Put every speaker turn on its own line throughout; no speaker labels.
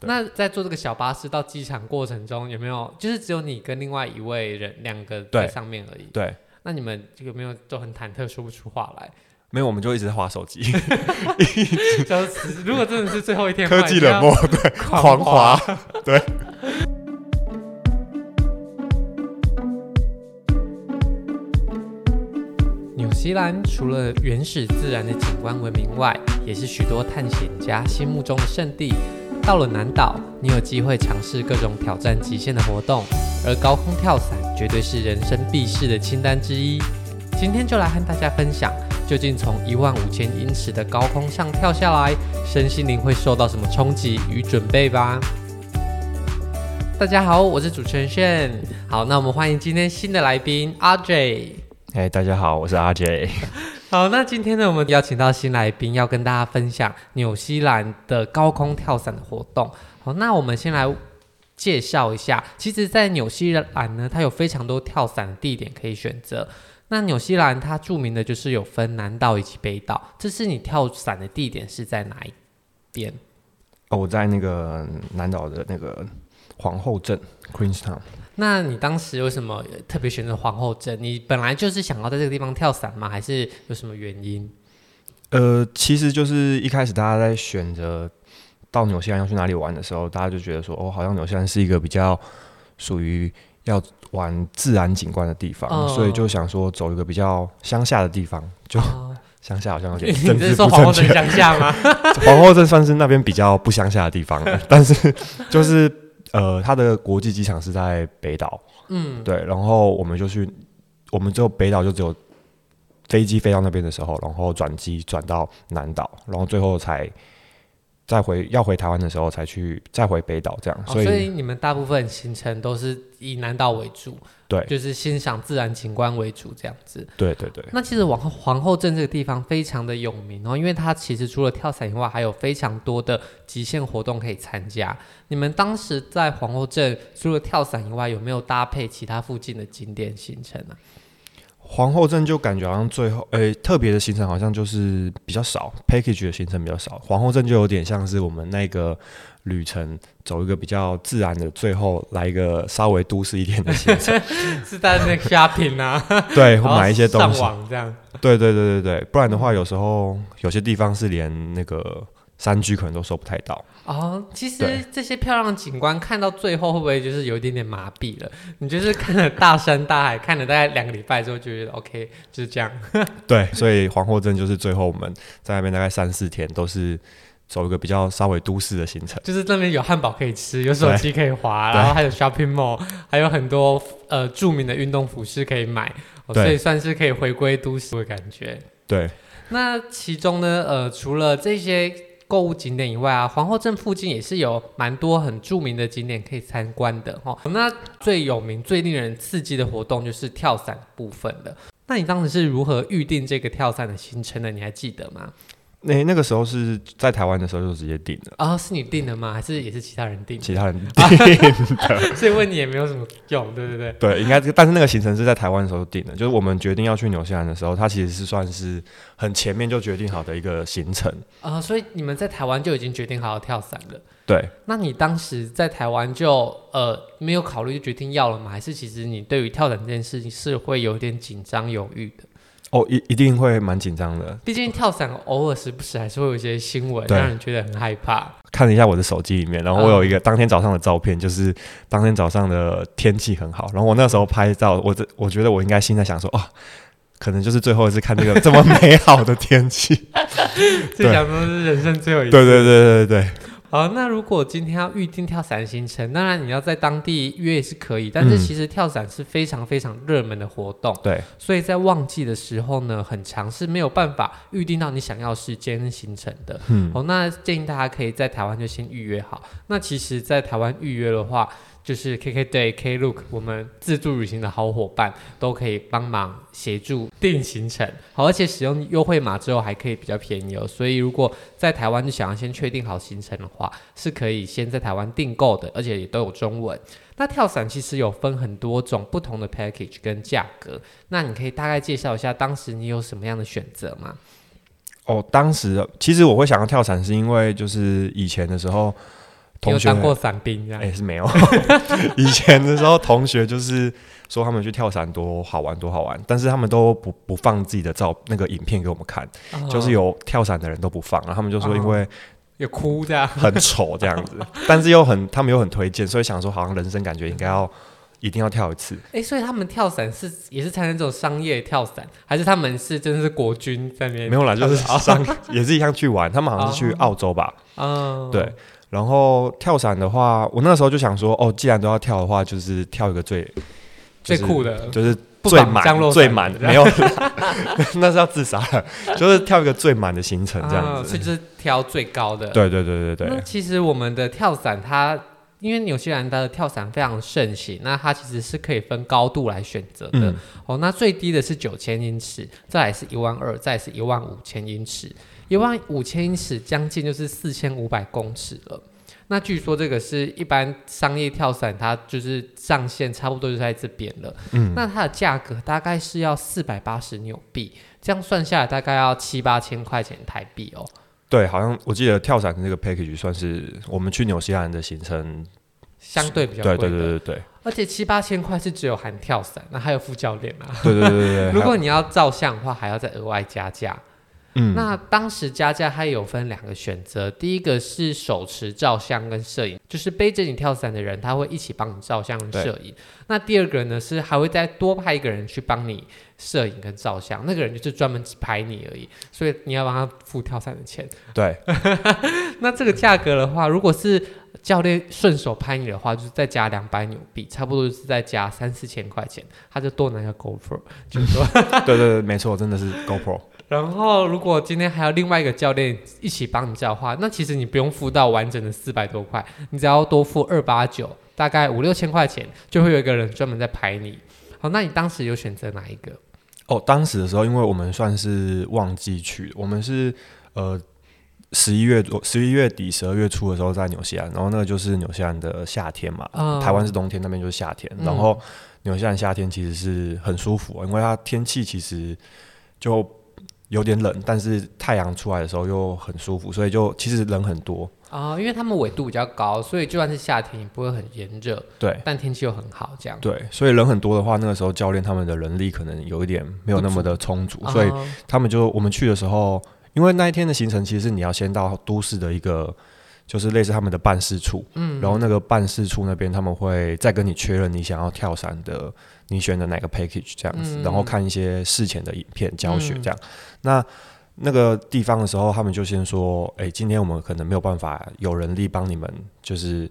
对
那在坐这个小巴士到机场过程中，有没有就是只有你跟另外一位人两个在
对
上面而已？
对，
那你们有没有都很忐忑说不出话来？
没有我们就一直在划手机，
就是如果真的是最后一天，
科技冷漠，对，
啊
狂滑。
纽西兰除了原始自然的景观闻名外，也是许多探险家心目中的圣地。到了南岛，你有机会尝试各种挑战极限的活动，而高空跳伞绝对是人生必试的清单之一。今天就来和大家分享，究竟从一万五千英尺的高空上跳下来，身心灵会受到什么冲击与准备吧。大家好，我是主持人炫。好，那我们欢迎今天新的来宾阿 J。
哎、大家好，我是阿 J。
好，那今天呢，我们邀请到新来宾，要跟大家分享纽西兰的高空跳伞的活动。好，那我们先来介绍一下，其实，在纽西兰呢，它有非常多跳伞的地点可以选择。那纽西兰它著名的就是有分南岛以及北岛，这次你跳伞的地点是在哪一边？
哦，我在那个南岛的那个皇后镇 Queenstown。
那你当时为什么特别选择皇后镇？你本来就是想要在这个地方跳伞吗？还是有什么原因？
呃，其实就是一开始大家在选择到纽西兰要去哪里玩的时候，大家就觉得说，哦，好像纽西兰是一个比较属于要玩自然景观的地方，
哦
所以就想说走一个比较乡下的地方。就
哦
乡下好像有
你
点政
是
治
说
不
皇后
正
镇
确，
乡下吗？
皇后镇算是那边比较不乡下的 地方了，啊但是就是呃，它的国际机场是在北岛，
嗯，
对，然后我们就去，我们只有北岛就只有飞机飞到那边的时候，然后转机转到南岛，然后最后才再回要回台湾的时候才去再回北岛这样，
哦
所以,、
所以你们大部分行程都是以南岛为主，
对
就是欣赏自然景观为主这样子。
对对对，
那其实皇后皇后镇这个地方非常的有名哦，因为它其实除了跳伞以外，还有非常多的极限活动可以参加。你们当时在皇后镇除了跳伞以外，有没有搭配其他附近的景点行程啊？
皇后镇就感觉好像最后诶、特别的行程好像就是比较少，package 的行程比较少，皇后镇就有点像是我们那个旅程走一个比较自然的，最后来一个稍微都市一点 的行程，
是在那个 shopping 啊，
对，
然
会
后
哎买一些东
上
西，
网这样。
对对对对对，不然的话，有时候有些地方是连那个山区可能都收不太到。
哦，其实
对
这些漂亮的景观看到最后，会不会就是有一点点麻痹了？你就是看了大山大海，看了大概两个礼拜之后，就觉得 OK，就是这样。
对，所以皇后镇就是最后我们在那边大概三四天都是走一个比较稍微都市的行程。
就是那边有汉堡可以吃，有手机可以滑，
对
然后还有 shopping mall，还有很多呃著名的运动服饰可以买，哦、
对
所以算是可以回归都市的感觉。
对，
那其中呢，呃，除了这些购物景点以外啊，皇后镇附近也是有蛮多很著名的景点可以参观的哦。那最有名、最令人刺激的活动就是跳伞部分了。那你当时是如何预定这个跳伞的行程的？你还记得吗？
那、那个时候是在台湾的时候就直接定了，
啊、是你定的吗？还是也是其他人定的？
其他人
所以问你也没有什么用，对不对？
对应该，但是那个行程是在台湾的时候定的，就是我们决定要去纽西兰的时候，它其实是算是很前面就决定好的一个行程。
啊、所以你们在台湾就已经决定好好跳伞了。
对，
那你当时在台湾就呃没有考虑就决定要了吗？还是其实你对于跳伞这件事情是会有点紧张犹豫的？
哦，一一定会蛮紧张的。
毕竟跳伞偶尔时不时还是会有一些新闻
对
让人觉得很害怕。
看了一下我的手机里面，然后我有一
嗯
个当天早上的照片，就是当天早上的天气很好，然后我那时候拍照，我这我觉得我应该心在想说，啊，可能就是最后一次看这个这么美好的天气。
这想说是人生最后一
对
次。
对对对对，
好，那如果今天要预定跳伞行程，当然你要在当地约也是可以，但是
嗯
其实跳伞是非常非常热门的活动。
对
所以在旺季的时候呢，很长是没有办法预定到你想要的时间行程的。
嗯
哦，那建议大家可以在台湾就先预约好。那其实，在台湾预约的话，就是 KKday、Klook 我们自助旅行的好伙伴都可以帮忙协助定行程。好，而且使用优惠码之后还可以比较便宜哦。所以如果在台湾就想要先确定好行程的话，是可以先在台湾订购的，而且也都有中文。那跳伞其实有分很多种不同的 package 跟价格，那你可以大概介绍一下当时你有什么样的选择吗？
哦，当时其实我会想要跳伞，是因为就是以前的时候。同
有
学
当过伞兵这样
哎、？是没有， 以前的时候同学就是说他们去跳伞多好玩多好玩，但是他们都不不放自己的照那个影片给我们看，
哦
就是有跳伞的人都不放，然后他们就说因为
有哭这样。
很丑这 样子，但是又很他们又很推荐，所以想说好像人生感觉应该要一定要跳一次，
哎、所以他们跳伞是也是参加这种商业跳伞，还是他们是真的是国军在那边？
没有啦，就是
啊哦
上也是一样去玩，他们好像是去澳洲吧，
嗯，
对。然后跳伞的话，我那时候就想说，哦，既然都要跳的话，就是跳一个最
最
就是
酷的，
就是
不
最
绑降落伞
满最
的
满，
这样
没有， 那是要自杀了，就是跳一个最满的行程这样
啊所
子
以。就是挑最高的。
对对对对
那
对，
其实我们的跳伞它，因为纽西兰的跳伞非常盛行，那它其实是可以分高度来选择的。
嗯
哦，那最低的是九千英尺，再来是一万二，再来是一万五千英尺，一万五千英尺将近就是四千五百公尺了。那据说这个是一般商业跳伞，它就是上限差不多就在这边了。
嗯，
那它的价格大概是要四百八十纽币，这样算下来大概要七八千块钱台币哦。
对，好像我记得跳伞的那个 package 算是我们去纽西兰的行程，
相对比较贵
对
的，
对对对对
而且七八千块是只有含跳伞，那还有副教练啊。
对对对对对。
如果
还有
你要照相的话，还要再额外加价。
嗯，
那当时加价它有分两个选择，第一个是手持照相跟摄影，就是背着你跳伞的人，他会一起帮你照相跟摄影。那第二个呢是还会再多派一个人去帮你摄影跟照相，那个人就是专门只拍你而已，所以你要帮他付跳伞的钱。
对，
那这个价格的话，如果是教练顺手拍你的话，就是再加两百纽币，差不多就是再加三四千块钱，他就多拿个 GoPro，就是说。
对对对，没错，真的是 GoPro。
然后如果今天还有另外一个教练一起帮你教的话，那其实你不用付到完整的四百多块，你只要多付二八九，大概五六千块钱，就会有一个人专门在拍你。好，那你当时有选择哪一个？
哦，当时的时候，因为我们算是旺季去，我们是呃十一月多、十一月底、十二月初的时候在纽西兰，然后那个就是纽西兰的夏天嘛，
啊
台湾是冬天，那边就是夏天。
嗯
然后纽西兰夏天其实是很舒服，因为它天气其实就有点冷，但是太阳出来的时候又很舒服，所以就其实人很多。
啊、因为他们纬度比较高，所以就算是夏天也不会很炎热，
对
但天气又很好，这样。
对，所以人很多的话，那个时候教练他们的人力可能有一点没有那么的充足，所以
啊
他们就我们去的时候，因为那一天的行程其实是你要先到都市的一个，就是类似他们的办事处，嗯，然后那个办事处那边他们会再跟你确认你想要跳伞的，你选的哪个 package 这样子，
嗯
然后看一些事前的影片教学这样。那那个地方的时候，他们就先说，哎，今天我们可能没有办法有人力帮你们，就是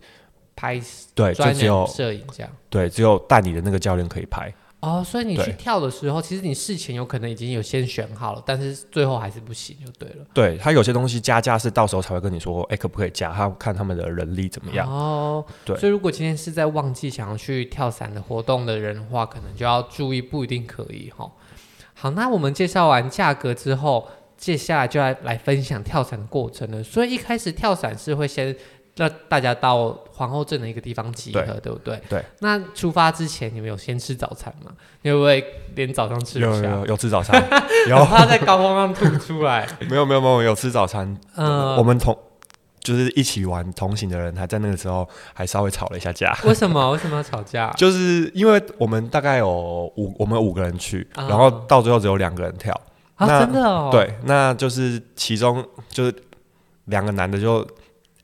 拍
对，就
专
只
人
有
摄影这样。
对只有带你的那个教练可以拍。
哦，所以你去
对
跳的时候，其实你事前有可能已经有先选好了，但是最后还是不行就对了。
对他有些东西加价是到时候才会跟你说，哎，可不可以加？他看他们的人力怎么样。
哦，
对
所以如果今天是在旺季想要去跳伞的活动的人的话，可能就要注意，不一定可以哈。好，那我们介绍完价格之后，接下来就来来分享跳伞的过程了。所以一开始跳伞是会先让大家到皇后镇的一个地方集合，对不对？
对。
那出发之前，你们有先吃早餐吗？你会不会连早上吃不
有
下？
有有吃 早餐，
很
有
怕在高峰上吐出来。
没有没有没有有吃早餐。
嗯、
我们同就是一起玩同行的人，还在那个时候还稍微吵了一下架，
为什么为什么要吵架？
就是因为我们大概有五我们有五个人去，
啊
然后到最后只有两个人跳。
啊，
那
真的哦。
对，那就是其中就是两个男的就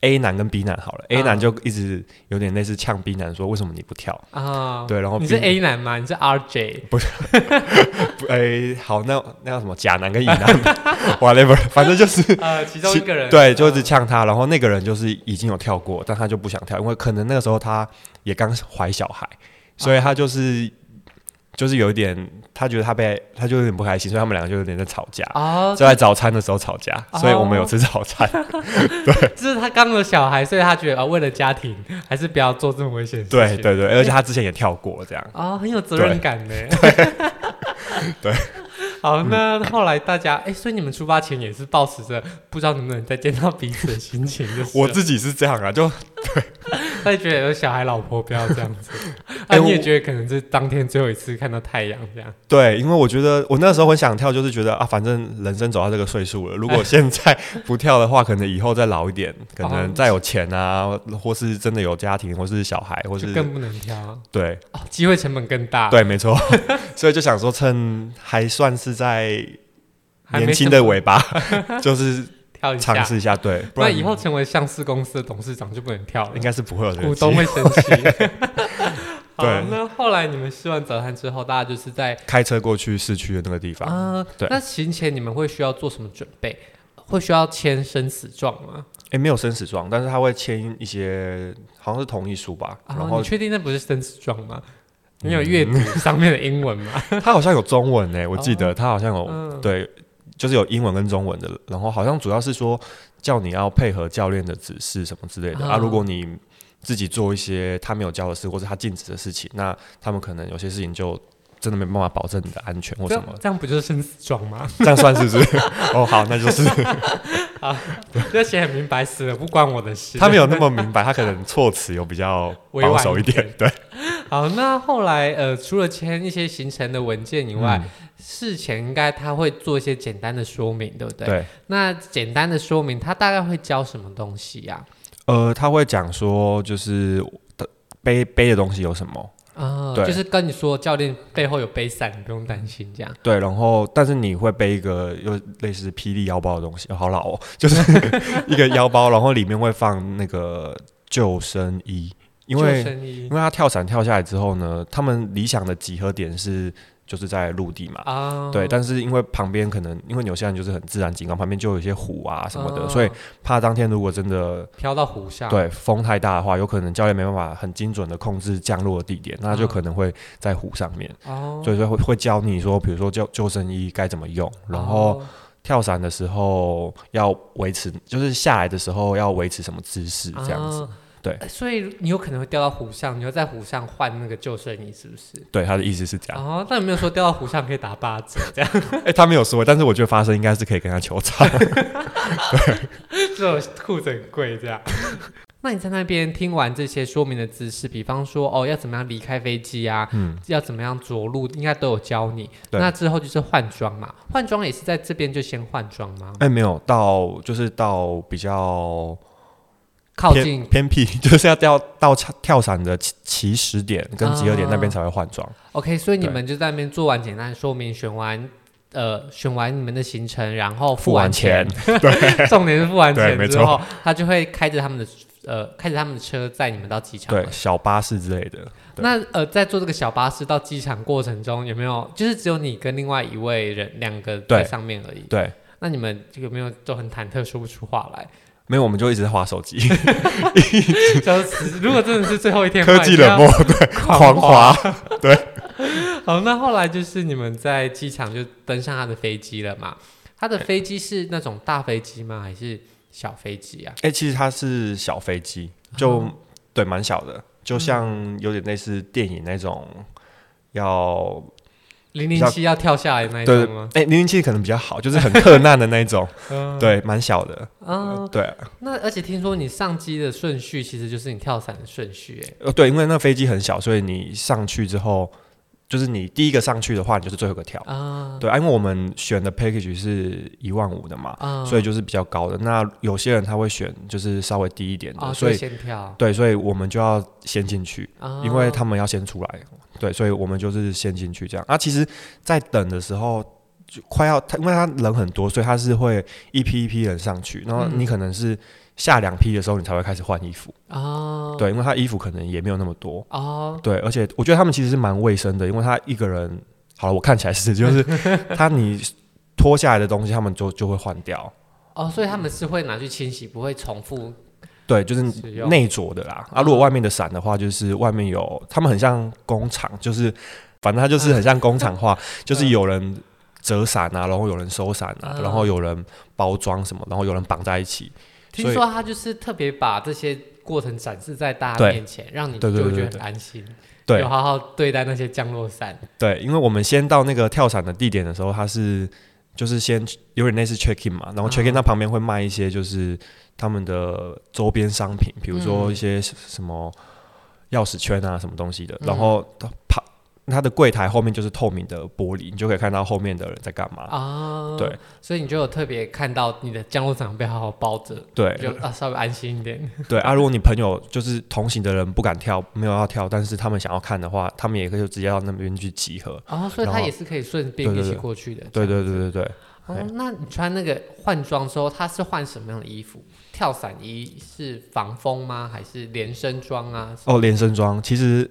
A 男跟 B 男好了、a
啊
男就一直有点类似呛 B 男说为什么你不跳？
啊，
对，然后
你是
哦 B-
A 男吗？你是 RJ？
哎、好，那那叫什么甲男跟乙男，whatever，反 正就是
呃，其中一个人
对，就一直
嗯
呛他，然后那个人就是已经有跳过，但他就不想跳，因为可能那个时候他也刚怀小孩，所以他就是、就是有一点，他觉得他被他就有点不开心，所以他们两个就有点在吵架，
哦，
就在早餐的时候吵架，
哦
所以我们有吃早餐。
就是他刚有小孩，所以他觉得啊，为了家庭，还是不要做这么危险的事
对
情。
对对，而且他之前也跳过这样。
哦，很有责任感呢。 对，好，那后来大家，哎，所以你们出发前也是抱持着不知道能不能再见到彼此的心情，就是
我
了
自己是这样啊，就
他就觉得有小孩、老婆不要这样子，啊
哎
你也
我
觉得可能是当天最后一次看到太阳这样。
对，因为我觉得我那时候很想跳，就是觉得啊，反正人生走到这个岁数了，如果现在不跳的话，可能以后再老一点，可能再有钱啊，或是真的有家庭，或是小孩，或
就是更不能挑啊
对
哦，机会成本更大。，
对，没错。所以就想说，趁还算是在
还没
年轻
什
的
么
尾巴， 就是
跳一
尝
下。
试一下，对，不
不然
然
以后成为上市公司的董事长就不能跳了，
应该是不 会有这
股
个
东
机
会生 气。好
对，
那后来你们吃完早餐之后，大家就是在
开车过去市区的那个地方。
啊、
对
那行前你们会需要做什么准备？会需要签生死状吗？
诶，没有生死状，但是他会签一些好像是同意书吧，
啊
然，
你
后嗯
确定那不是生死状吗？你有阅读上面的英文 吗？
他好像有中文诶，我记得他好像有、
嗯，
对，就是有英文跟中文的，然后好像主要是说叫你要配合教练的指示什么之类的啊
啊
如果你自己做一些他没有教的事或者他禁止的事情，那他们可能有些事情就真的没办法保证你的安全或
这
什么
样，这样不就是生死状吗？
这样算是 不是？哦，好，那就是
就写很明白，死了不关我的事。
他没有那么明白，他可能措辞有比较
委婉
保守一
一
点
点，
对，
好，那后来呃，除了签一些行程的文件以外，
嗯
事前应该他会做一些简单的说明，对不对？
对。
那简单的说明，他大概会教什么东西呀、
呃，他会讲说，就是的背背的东西有什么？
啊？
对
就是跟你说，教练背后有背伞，你不用担心这样。
对，然后但是你会背一个又类似霹雳腰包的东西，哦好老哦， 就是一个腰包，然后里面会放那个救生衣，因为
救生衣
因为他跳伞跳下来之后呢，他们理想的集合点是就是在陆地嘛。
啊，
对，但是因为旁边可能因为纽西兰就是很自然景观，旁边就有一些湖啊什么的，
啊
所以怕当天如果真的
飘到湖上。哦
对风太大的话，有可能教练没办法很精准的控制降落的地点，那就
嗯
可能会在湖上面，
哦，
所以说会会教你说，比如说救救生衣该怎么用，然后
哦
跳伞的时候要维持，就是下来的时候要维持什么姿势这样子。
啊
对
呃所以你有可能会掉到湖上，你要在湖上换那个救生衣，是不是？
对，啊他的意思是这样。
哦，那有没有说掉到湖上可以打八折这样？
哎、他没有说，但是我觉得发生应该是可以跟他 求偿。
这种裤子很贵，这样。 那你在那边听完这些说明的姿势，比方说哦，要怎么样离开飞机啊，
嗯，
要怎么样着陆，应该都有教你。
对
那之后就是换装嘛，换装也是在这边就先换装吗？
哎、没有到，就是到比较
靠
偏
近
偏僻，就是要掉到跳伞的起起始点跟集合点那边
啊
才会换装。
OK，所以你
对
们就在那边做完简单的说明，选完呃选完你们的行程，然后付
付完
完钱，
钱
重点是付完
对
钱
没
之
错
后，他就会开着他们的呃开着他们的车载你们到机场嘛。
对，小巴士之类的。对
那呃，在坐这个小巴士到机场过程中，有没有就是只有你跟另外一位人两个在
对
上面而已？
对，
那你们有没有都很忐忑说不出话 来？
没有，我们就一直在划手机，
就是如果真的是最后 一天，
科技冷漠，对，狂
滑。
滑。
好，那后来就是你们在机场就登上他的飞机了嘛？他的飞机是那种大飞机吗？还是小飞机啊？
哎、其实它是小飞机，就、
嗯
对，蛮小的，就像有点类似电影那种。要
零
比
零
较
七要跳下来那一
对
种吗？，
哎，零零七可能比较好，就是很特难的那一种，
嗯，
对，蛮小的，
啊，
对，
那而且听说你上机的顺序其实就是你跳伞的顺序，哎，
呃，对，因为那飞机很小，所以你上去之后，就是你第一个上去的话，你就是最后一个跳，
啊
对，啊因为我们选的 package 是一万五的嘛，
啊，
所以就是比较高的。那有些人他会选就是稍微低一点的，
啊，
所
所以
以
先跳，
对，所以我们就要先进去，
啊
因为他们要先出来，对，所以我们就是先进去这样。啊，其实，在等的时候就快要他，因为他人很多，所以他是会一批一批人上去，然后
嗯
你可能是下两批的时候，你才会开始换衣服，
啊，
对，因为他衣服可能也没有那么多，
哦，
对，而且我觉得他们其实是蛮卫生的，因为他一个人，好了，我看起来是，就是 他你脱下来的东西，他们就就会换掉。
哦，所以他们是会拿去清洗，不会重复
对，就是
使用
内着的啦。啊，如果外面的伞的话，就是外面有，他们很像工厂，就是反正它就是很像工厂化，就是有人折伞啊，然后有人收伞啊，
嗯
然后有人包装什么，然后有人绑在一起。
听
所以
说他就是特别把这些过程展示在大家
对
面前，让你
对
就
对
会
对
觉得
对
很安心，
对
有好好对待那些降落伞。
对，因为我们先到那个跳伞的地点的时候，它是就是先有点类似 check in 嘛，然后 check in
嗯
它旁边会卖一些就是他们的周边商品，比如说
嗯
一些什么。钥匙圈啊什么东西的，
嗯
然后它啪，它的柜台后面就是透明的玻璃，你就可以看到后面的人在干嘛。
啊，
对，
所以你就有特别看到你的降落伞被好好包着，就
对
啊稍微安心一点。
对啊，如果你朋友就是同行的人不敢跳，没有要跳，但是他们想要看的话，他们也可以直接到那边去集合。
哦，所以
然
它
后
也是可以顺
对
便一
对
起
对
过去的。
对
这样
对对对对，
哦，那你穿那个换装之后，他是换什么样的衣服？跳伞衣是防风吗？还是连身装啊？
哦，连身装其实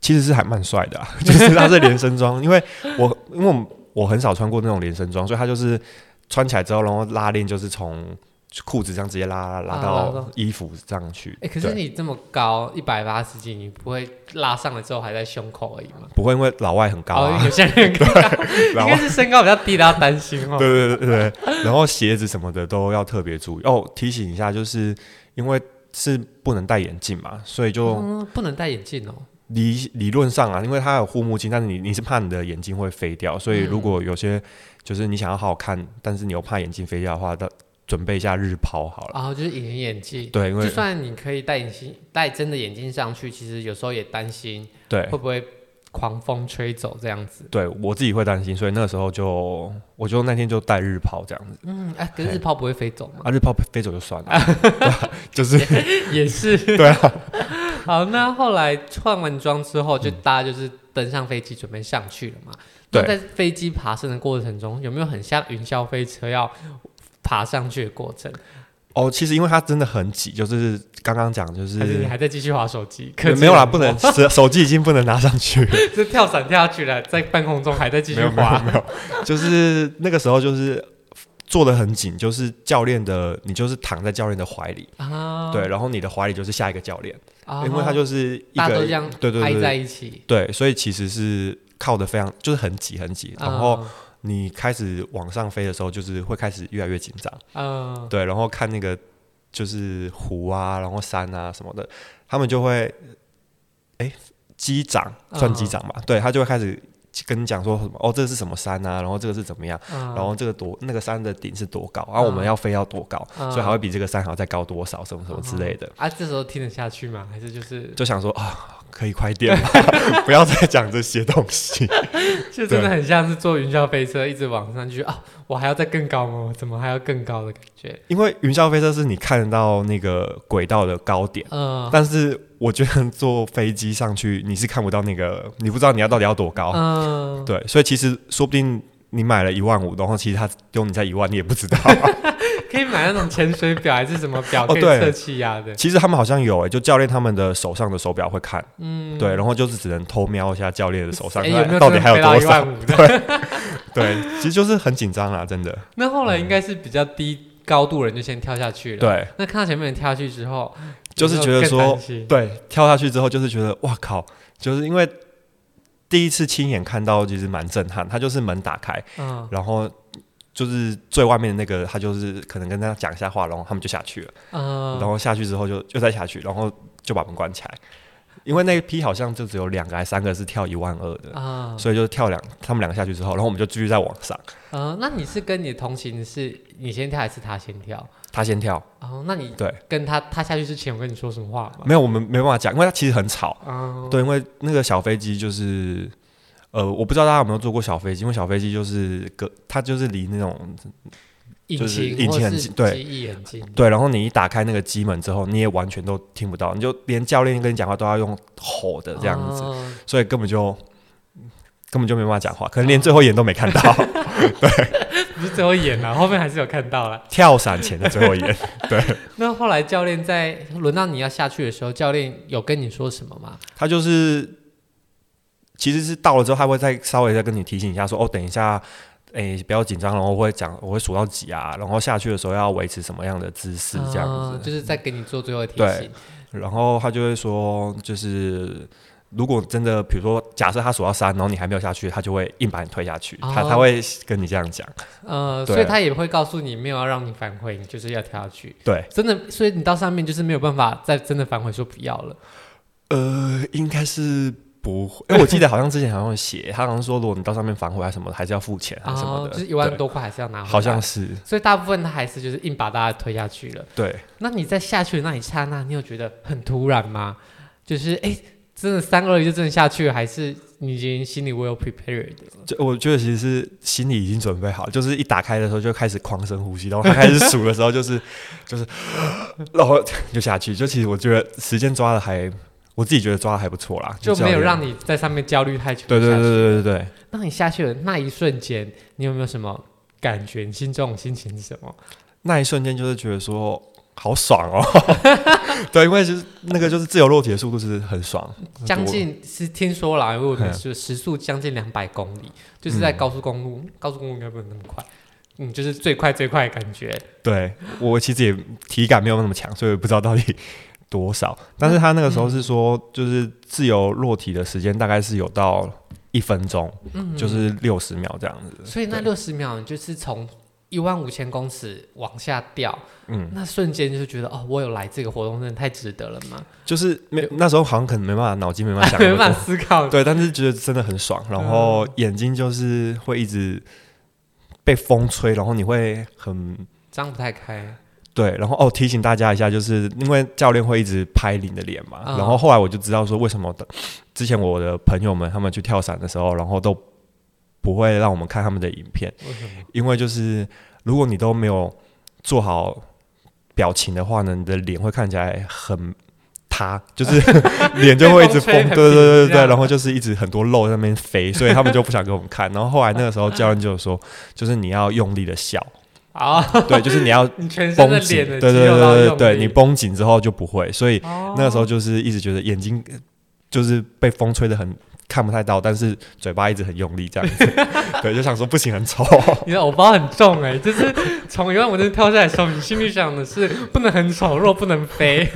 其实是还蛮帅 的、啊，就是它是连身装，因为我因为我们我很少穿过那种连身装，所以它就是穿起来之后，然后拉链就是从裤子这样直接拉拉
啊拉
到
到
衣服这样去。
哎、可是
对
你这么高，一百八十几，你不会拉上了之后还在胸口而已吗？
不会，因为老外很高
哦，
啊，
有些 人更高，应
老
该
外。
是身高比较低的要担心哦。
对对对对对，然后鞋子什么的都要特别注意哦。提醒一下，就是因为是不能戴眼镜嘛，所以就
嗯，不能戴眼镜哦。
理理论上啊，因为它有护目镜，但是你你是怕你的眼睛会飞掉，
嗯
所以如果有些就是你想要好好看，但是你又怕眼睛飞掉的话，那准备一下日抛好了。
然后、就是隐形眼镜，
对，因
就
为
算你可以戴隐形戴真的眼镜上去，其实有时候也担心
对
会不会狂风吹走这样子。
对我自己会担心，所以那个时候就我就那天就戴日抛这样子
嗯，哎、可是
嘿
日抛不会飞走吗？
啊，日抛飞走就算了， 对啊就是
也是，对啊。 好，那后来换完妆之后，就大家就是登上飞机准备上去了嘛。
嗯对
那在飞机爬升的过程中，有没有很像云霄飞车要爬上去的过程？
哦，其实因为它真的很挤，就是刚刚讲就
还是
是
你还在继续划手机？
对
可
没有啦，不能手手机已经不能拿上去了。
是跳伞跳下去了，在半空中还在继
没
续
有没有
滑。
没有，就是那个时候就是坐得很紧，就是教练的，你就是躺在教练的怀里，
啊，
对，然后你的怀里就是下一个教练，
啊，
因为他就是一
大家都这
个，
样
对对
挨
对
在
对
一起。
对，所以其实是靠的非常就是很挤很挤，
嗯
然后你开始往上飞的时候，就是会开始越来越紧张，
嗯，嗯，
对，然后看那个就是湖啊，然后山啊什么的，他们就会，哎，机长算机长吧，
嗯
对他就会开始。跟你讲说什么哦，这是什么山啊？然后这个是怎么样？
嗯
然后这个多那个山的顶是多高，然、啊后我们
嗯
要飞要多高，
嗯
所以还会比这个山还要再高多少，什么什么之类的，
啊，这时候听得下去吗？还是就是
就想说啊，可以快点吧， 不要再讲这些东西。
就真的很像是坐云霄飞车，一直往上去啊！我还要再更高吗？我怎么还要更高的感觉？
因为云霄飞车是你看得到那个轨道的高点，
嗯
但是我觉得坐飞机上去你是看不到那个，你不知道你要到底要多高，
嗯，
对，所以其实说不定。你买了一万五，然后其实他丢你在一万，你也不知道。
可以买那种潜水表还是什么表
哦
可以
对
测气压的？
其实他们好像有诶、欸就教练他们的手上的手表会看，
嗯，
对，然后就是只能偷瞄一下教练的手上，
哎，有没有
到底
真的
还有
飞到
多
一
少？
万五的？
对，其实就是很紧张啦，啊真的。
那后来应该是比较低高度的人就先跳下去了。，
对
那看到前面人跳下去之后，
就是
啊有没
觉
有
得
更
说
担心
对，跳下去之后就是觉得哇靠，就是因为第一次亲眼看到，其实蛮震撼。他就是门打开，
嗯
然后就是最外面的那个，他就是可能跟他讲一下话，然后他们就下去了，然
嗯，
后下去之后就又再下去，然后就把门关起来。因为那一批好像就只有两个还三个是跳一万二的，
啊
所以就跳两，他们两个下去之后，然后我们就继续再往上。
嗯，那你是跟你同行是你先跳还是他先跳？
他先跳，
哦，那你
对
跟他他下去之前，我跟你说什么话吗？
没有，我们没办法讲，因为他其实很吵。
嗯，
对，因为那个小飞机就是，呃，我不知道大家有没有坐过小飞机，因为小飞机就是隔，它就是离那种
嗯引
就是
擎
引
或
擎很
是
近对
机翼很近。
对，然后你一打开那个机门之后，你也完全都听不到，你就连教练跟你讲话都要用吼的这样子，
哦
所以根本就根本就没办法讲话，可能连最后一眼都没看到，
不是最后演了，后面还是有看到了。
跳伞前的最后一眼。
那后来教练在轮到你要下去的时候，教练有跟你说什么吗？
他就是其实是到了之后，他会再稍微再跟你提醒一下说，哦，等一下。诶，不要紧张，然后会讲，我会数到几啊，然后下去的时候要维持什么样的姿势，这样子、
哦就是在给你做最后的提
对
醒。
然后他就会说，就是如果真的，比如说假设他数到三，然后你还没有下去，他就会硬把你推下去，
哦
他他会跟你这样讲，
呃，
嗯对
所以他也会告诉你，没有要让你反悔，你就是要跳下去。
对，
真的，所以你到上面就是没有办法再真的反悔说不要了。
呃，应该是。不会，哎、我记得好像之前好像有写，他好像说，如果你到上面反悔啊什么的，还是要付钱啊什么
哦
的，
就是一万
对，
多块还是要拿回来。
好像，是，
所以大部分他还是就是硬把大家推下去了。
对，
那你在下去的那一刹那，你有觉得很突然吗？就是哎、真的三二一就真的下去了，还是你已经心里 well prepared 了？
就我觉得其实是心里已经准备好，就是一打开的时候就开始狂深呼吸，然后开始数的时候就是 就是， 然后就下去。就其实我觉得时间抓的还，我自己觉得抓的还不错啦，
就没有让
你
你在上面焦虑太久。
对对
下
对
去
对对对。
当你下去的那一瞬间，你有没有什么感觉？你心中的心情是什么？
那一瞬间就是觉得说好爽哦， 对，因为就是那个就是自由落体的速度是很爽，
将近是听说啦，因为我们是时速将近两百公里，就是
嗯
在高速公路，高速公路应该不能那么快，嗯，就是最快最快的感觉。
对我其实也体感没有那么强，所以我也不知道到底多少。但是他那个时候是说，就是自由落体的时间大概是有到一分钟，
嗯
就是六十秒这样子。
所以那六十秒，你就是从一万五千公尺往下掉，
嗯，
那瞬间就觉得哦，我有来这个活动，真的太值得了嘛，
就是没那时候好像可能没办法，脑筋没办法想那
没
么
办
多
法，思嗯考。
对，但是觉得真的很爽，然后眼睛就是会一直被风吹，然后你会很
张不太开，
对，然后哦，提醒大家一下，就是因为教练会一直拍你的脸嘛，
嗯
然后后来我就知道说为什么的之前我的朋友们他们去跳伞的时候，然后都不会让我们看他们的影片，
为什么？
因为就是如果你都没有做好表情的话呢，你的脸会看起来很塌，就是脸就会一直
被风
风，
吹很
对对对对
平这
对，
样
然后就是一直很多肉在那边飞，所以他们就不想给我们看。然后后来那个时候教练就有说，就是你要用力的笑，
啊、
对，就是你要
你全身的
绷紧，
脸的
对对
肌
对
肉都要
对
用
对，对
力
你绷紧之后就不会，所以
哦
那个时候就是一直觉得眼睛呃就是被风吹的很看不太到，但是嘴巴一直很用力这样子，对，就想说不行很丑，
你的偶包很重哎、就是从一万五千跳下来的时候，你心里想的是不能很丑弱，不能飞。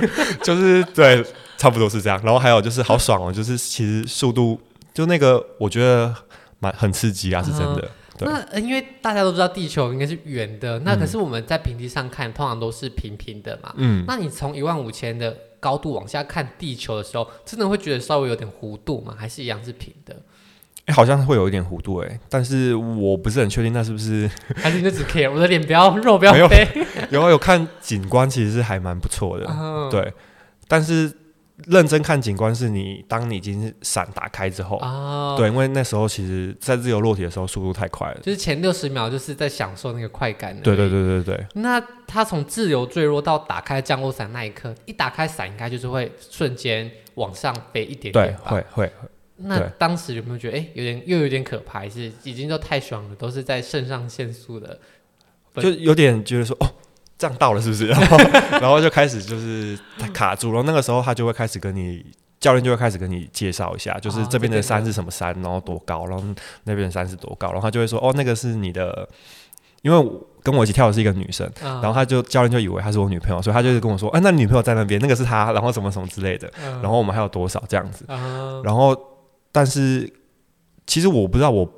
就是对，差不多是这样。然后还有就是好爽哦，就是其实速度就那个我觉得蛮很刺激啊，是真的，对
那呃因为大家都知道地球应该是圆的，那可是我们在平地上看，通常都是平平的嘛。
嗯，
那你从一万五千的高度往下看地球的时候，真的会觉得稍微有点弧度吗？还是一样是平的？
诶哎好像会有一点弧度哎、但是我不是很确定那是不是
还是你就只 care 我的脸不要肉不要
没有
飞？
有啊有看景观其实是还蛮不错的，
嗯
对，但是认真看景观是你当你已经伞打开之后，
啊，
对，因为那时候其实在自由落体的时候速度太快了。
就是前六十秒就是在享受那个快感。
对对。对对对，
那他从自由坠落到打开降落伞那一刻，一打开伞应该就是会瞬间往上飞一点
对
点吧？
会会，
那
对
当时有没有觉得哎、诶有点又有点可怕，还是已经都太爽了，都是在肾上腺素的？
就有点觉得说哦，这样到了 是不是？然后然后就开始就是
嗯
卡住，然后那个时候他就会开始跟你。教练就会开始跟你介绍一下，就是
啊
这
这
边
边的
的山是什么山，然后多高，然后那边的山是多高，然后他就会说，哦，那个是你的，因为我跟我一起跳的是一个女生，
嗯
然后他就教练就以为她是我女朋友，所以他就是跟我说，哎、那你女朋友在那边，那个是她，然后什么什么之类的，
嗯
然后我们还有多少这样子，
啊
然后但是其实我不知道我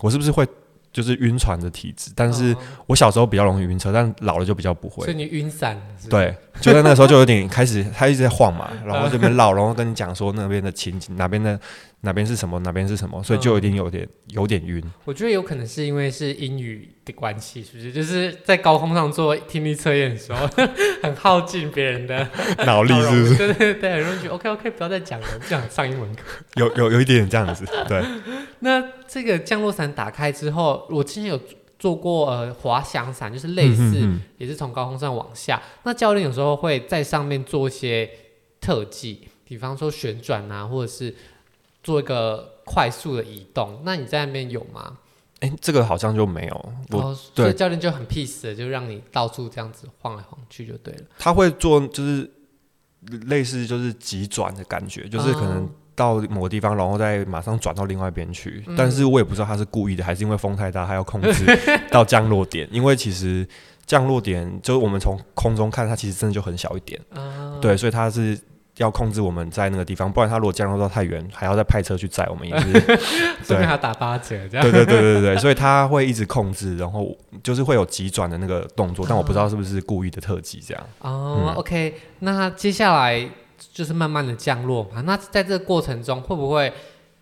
我是不是会就是晕船的体质，但是
嗯
我小时候比较容易晕车，但老了就比较不
所以
会。
你晕伞了是不是，
对，就在那个时候就有点开始，他一直在晃嘛，然后这边绕，然后跟你讲说那边的情景，哪边的哪边是什么，哪边是什么，所以就有点有点有点晕。
我觉得有可能是因为是英语的关系，是不是？就是在高空上做听力测验的时候， 很耗尽别人的
脑力是不 是？
是？对对对，很容易觉得 OK OK，不要再讲了，不想上英文课。
有有有一点点这样子，对，
那这个降落伞打开之后，我之前有做过呃滑翔伞，就是类似、
嗯嗯嗯
也是从高空上往下。那教练有时候会在上面做一些特技，比方说旋转啊，或者是做一个快速的移动。那你在那边有吗？
哎、这个好像就没有，我
然后所以
对
教练就很 peace 的，就让你到处这样子晃来晃去就对了。
他会做就是类似就是急转的感觉，就是可能
哦
到某个地方，然后再马上转到另外一边去。
嗯
但是我也不知道他是故意的，还是因为风太大，他要控制 到降落点。因为其实降落点就是我们从空中看，它其实真的就很小一点，
啊、
对，所以它是。要控制我们在那个地方，不然它如果降落到太远，还要再派车去载我们，也是 对
顺便还要打八折这样。
对对对对对，所以它会一直控制，然后就是会有急转的那个动作，但我不知道是不是故意的特技这样。
哦、o
嗯
k 那接下来就是慢慢的降落嘛。那在这个过程中，会不会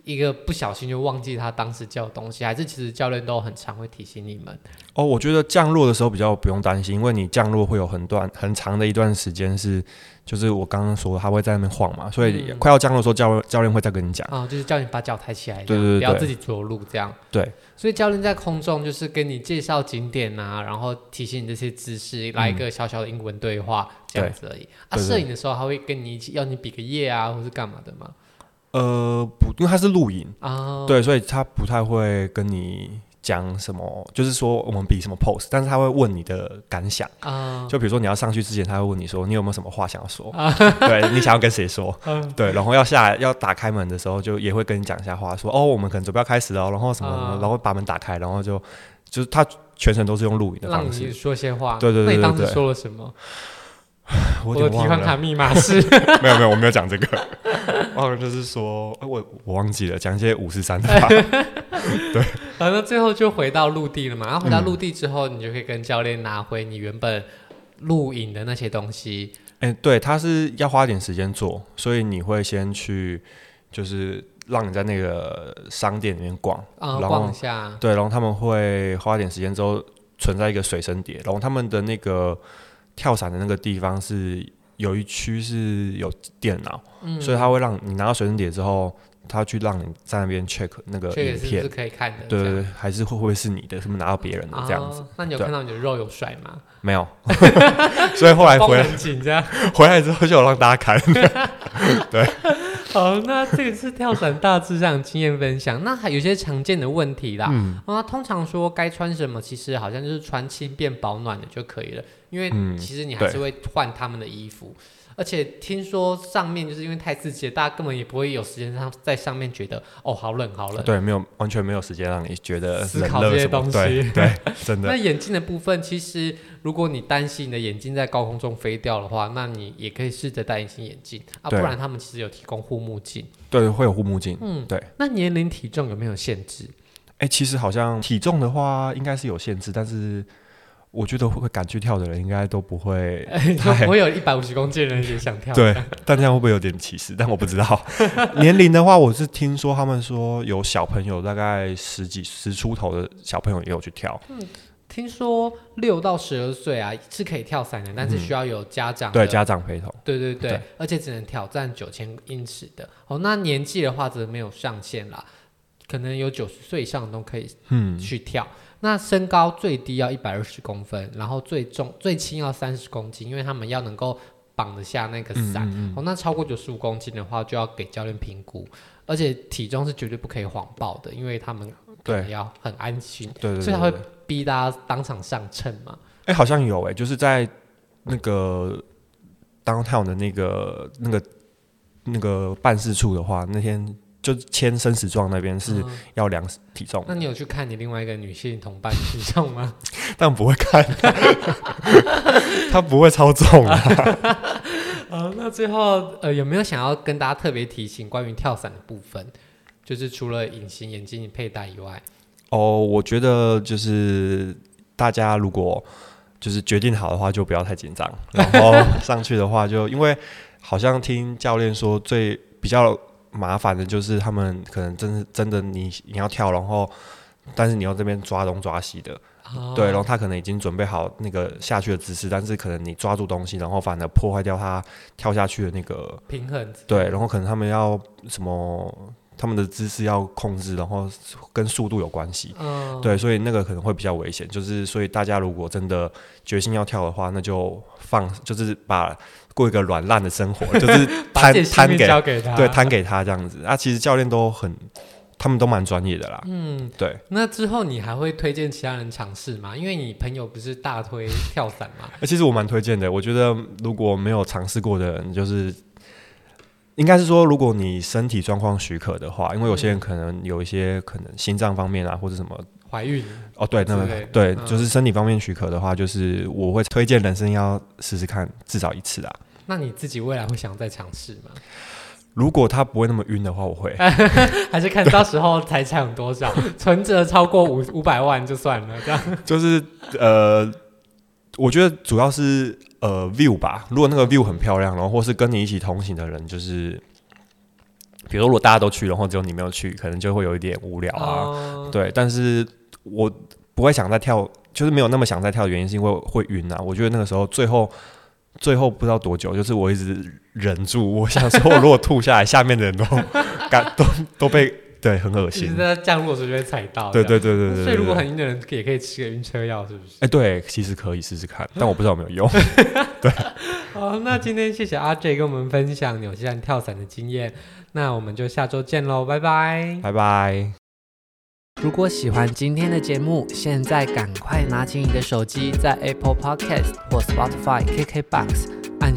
一个不小心就忘记他当时教的东西，还是其实教练都很常会提醒你们？
哦，我觉得降落的时候比较不用担心，因为你降落会有很段很长的一段时间是，就是我刚刚说他会在那边晃嘛，所以
嗯
快要降落的时候，教教练会再跟你讲。
啊、就是叫你把脚抬起来，这
对
样
对对
不要
对
自己着陆这样。
对，
所以教练在空中就是跟你介绍景点啊，然后提醒你这些知识，来一个小小的英文对话、这样子而已。啊，
嗯对对
摄影的时候他会跟你一起要你比个耶啊，或是干嘛的吗？
呃，不，因为他是露营，
啊，
对，所以他不太会跟你讲什么，就是说我们比什么 pose，但是他会问你的感想。
啊，
就比如说你要上去之前，他会问你说你有没有什么话想要说，对你想要跟谁说，
嗯
对，然后要下来要打开门的时候，就也会跟你讲一下话，说哦，我们可能准备要开始哦，然后什么什么，
啊
然后把门打开，然后就就是他全程都是用录影的
让
方
你
式，
说些话。
对对
那
对
你当时
对对
说了什么？
我
的
有
提
点忘
款卡
了，
密码是
没有没有，我没有讲 这个，忘了就是说，呃我我忘记了讲一些五十三 的话，
反正最后就回到陆地了嘛。然后回
嗯
到陆地之后，你就可以跟教练拿回你原本录影的那些东西。
哎、对，他是要花点时间做，所以你会先去就是让你在那个商店里面逛，
啊、
然后
逛一下，
对，然后他们会花点时间之后存在一个水生碟，然后他们的那个跳伞的那个地方是有一区是有电脑，
嗯，
所以他会让你拿到水生碟之后，他去让你在那边 check 那个
这
影
个是不
片
是，可以看的？
对
这
对
样
对，还是会不会是你的，是不是拿到别人的这样子？
哦那你有
对啊
看到你的肉有甩吗？
没有，所以后来
绷
回来
很紧 张。
回来之后就有让大家看。
好，哦那这个是跳伞大致上的经验分享。那还有一些常见的问题啦。
嗯
啊，通常说该穿什么，其实好像就是穿轻便保暖的就可以了，因为
嗯
其实你还是会换他们的衣服。而且听说上面就是因为太刺激了，大家根本也不会有时间上在上面觉得哦好冷好冷，
对，没有完全没有时间让你觉得
思
冷
考
热
这些
什么
东
对
西
对，真的
那眼镜的部分，其实如果你担心你的眼镜在高空中飞掉的话，那你也可以试着戴隐形眼镜啊，不
对
然他们其实有提供护目镜。
对会有护目镜。
嗯，
对。
那年龄体重有没有限制？。
哎、其实好像体重的话应该是有限制，但是我觉得会敢去跳的人应该都不会
你说不会有一百五十公斤的人也想跳？
对，但这样会不会有点歧视？但我不知道。 年龄的话，我是听说他们说有小朋友，大概十几、十出头的小朋友也有去跳。
听说六到十二岁啊是可以跳伞的，但是需要有家长的、
嗯对，家长陪同。
对对对
对
而且只能挑战九千英尺的。哦，那年纪的话则没有上限啦，可能有九十岁以上都可以
嗯，
去跳。那身高最低要一百二十公分，然后最重最轻要三十公斤，因为他们要能够绑得下那个
嗯
伞。哦，那超过九十五公斤的话，就要给教练评估，而且体重是绝对不可以谎报的，因为他们可能
对
要很安心，
对对对
所以他
对
会逼大家当场上秤嘛。
哎、好像有哎、就是在那个 downtown 的那个那个那个办事处的话，那天就签生死状那边是
嗯
要量体重的，
那你有去看你另外一个女性同伴体重 吗？
但不会看， 他不会操纵啊。
啊，那最后呃有没有想要跟大家特别提醒关于跳伞的部分？就是除了隐形眼镜佩戴以外，
哦，我觉得就是大家如果就是决定好的话，就不要太紧张，然后上去的话就因为好像听教练说最比较麻烦的就是他们可能真的真的你你要跳，然后。但是你要这边抓东抓西的，
啊
对，然后他可能已经准备好那个下去的姿势，但是可能你抓住东西，然后反而破坏掉他跳下去的那个
平衡
对，然后可能他们要什么，他们的姿势要控制，然后跟速度有关系。
嗯，
对，所以那个可能会比较危险，就是所以大家如果真的决心要跳的话，那就放，就是把过一个软烂的 生活，就是
把
摊
自己性
摊
命
给，
交给他。
对，摊给他这样子。啊，其实教练都很，他们都蛮专业的啦。
嗯，
对，
那之后你还会推荐其他人尝试吗？因为你朋友不是大推跳伞嘛，
欸其实我蛮推荐的，我觉得如果没有尝试过的人，就是应该是说，如果你身体状况许可的话，因为有些人可能有一些可能心脏方面啊，或者什么
怀孕
哦，对，那
之类
个
的
对，
嗯
就是身体方面许可的话，就是我会推荐人生要试试看，至少一次啊。
那你自己未来会想再尝试吗？
如果他不会那么晕的话，我会。
哎还是看到时候财产有多少，存折超过 五五百万就算了，这样
就是呃，我觉得主要是呃 view 吧。如果那个 view 很漂亮，然后或是跟你一起同行的人，就是比如说如果大家都去，然后只有你没有去，可能就会有一点无聊啊。
哦
对，但是我不会想再跳，就是没有那么想再跳的原因是因为会晕啊。我觉得那个时候最后最后不知道多久，就是我一直忍住，我想说我如果吐下来，下面的人都感都都被对很恶
其
心
实。在降落的时候就会踩到。
对
这样
对对对对对
所以如果
对
很晕的人也可以吃个晕车药，是不是？
哎、对，其实可以试试看，但我不知道有没 有用。嗯
好，那今天谢谢阿 J 跟我们分享纽西兰跳伞的经验，那我们就下周见喽，拜拜。
拜拜。
如果喜欢今天的节目，现在赶快拿起你的手机，在 Apple Podcast 或 Spotify、KKBox 按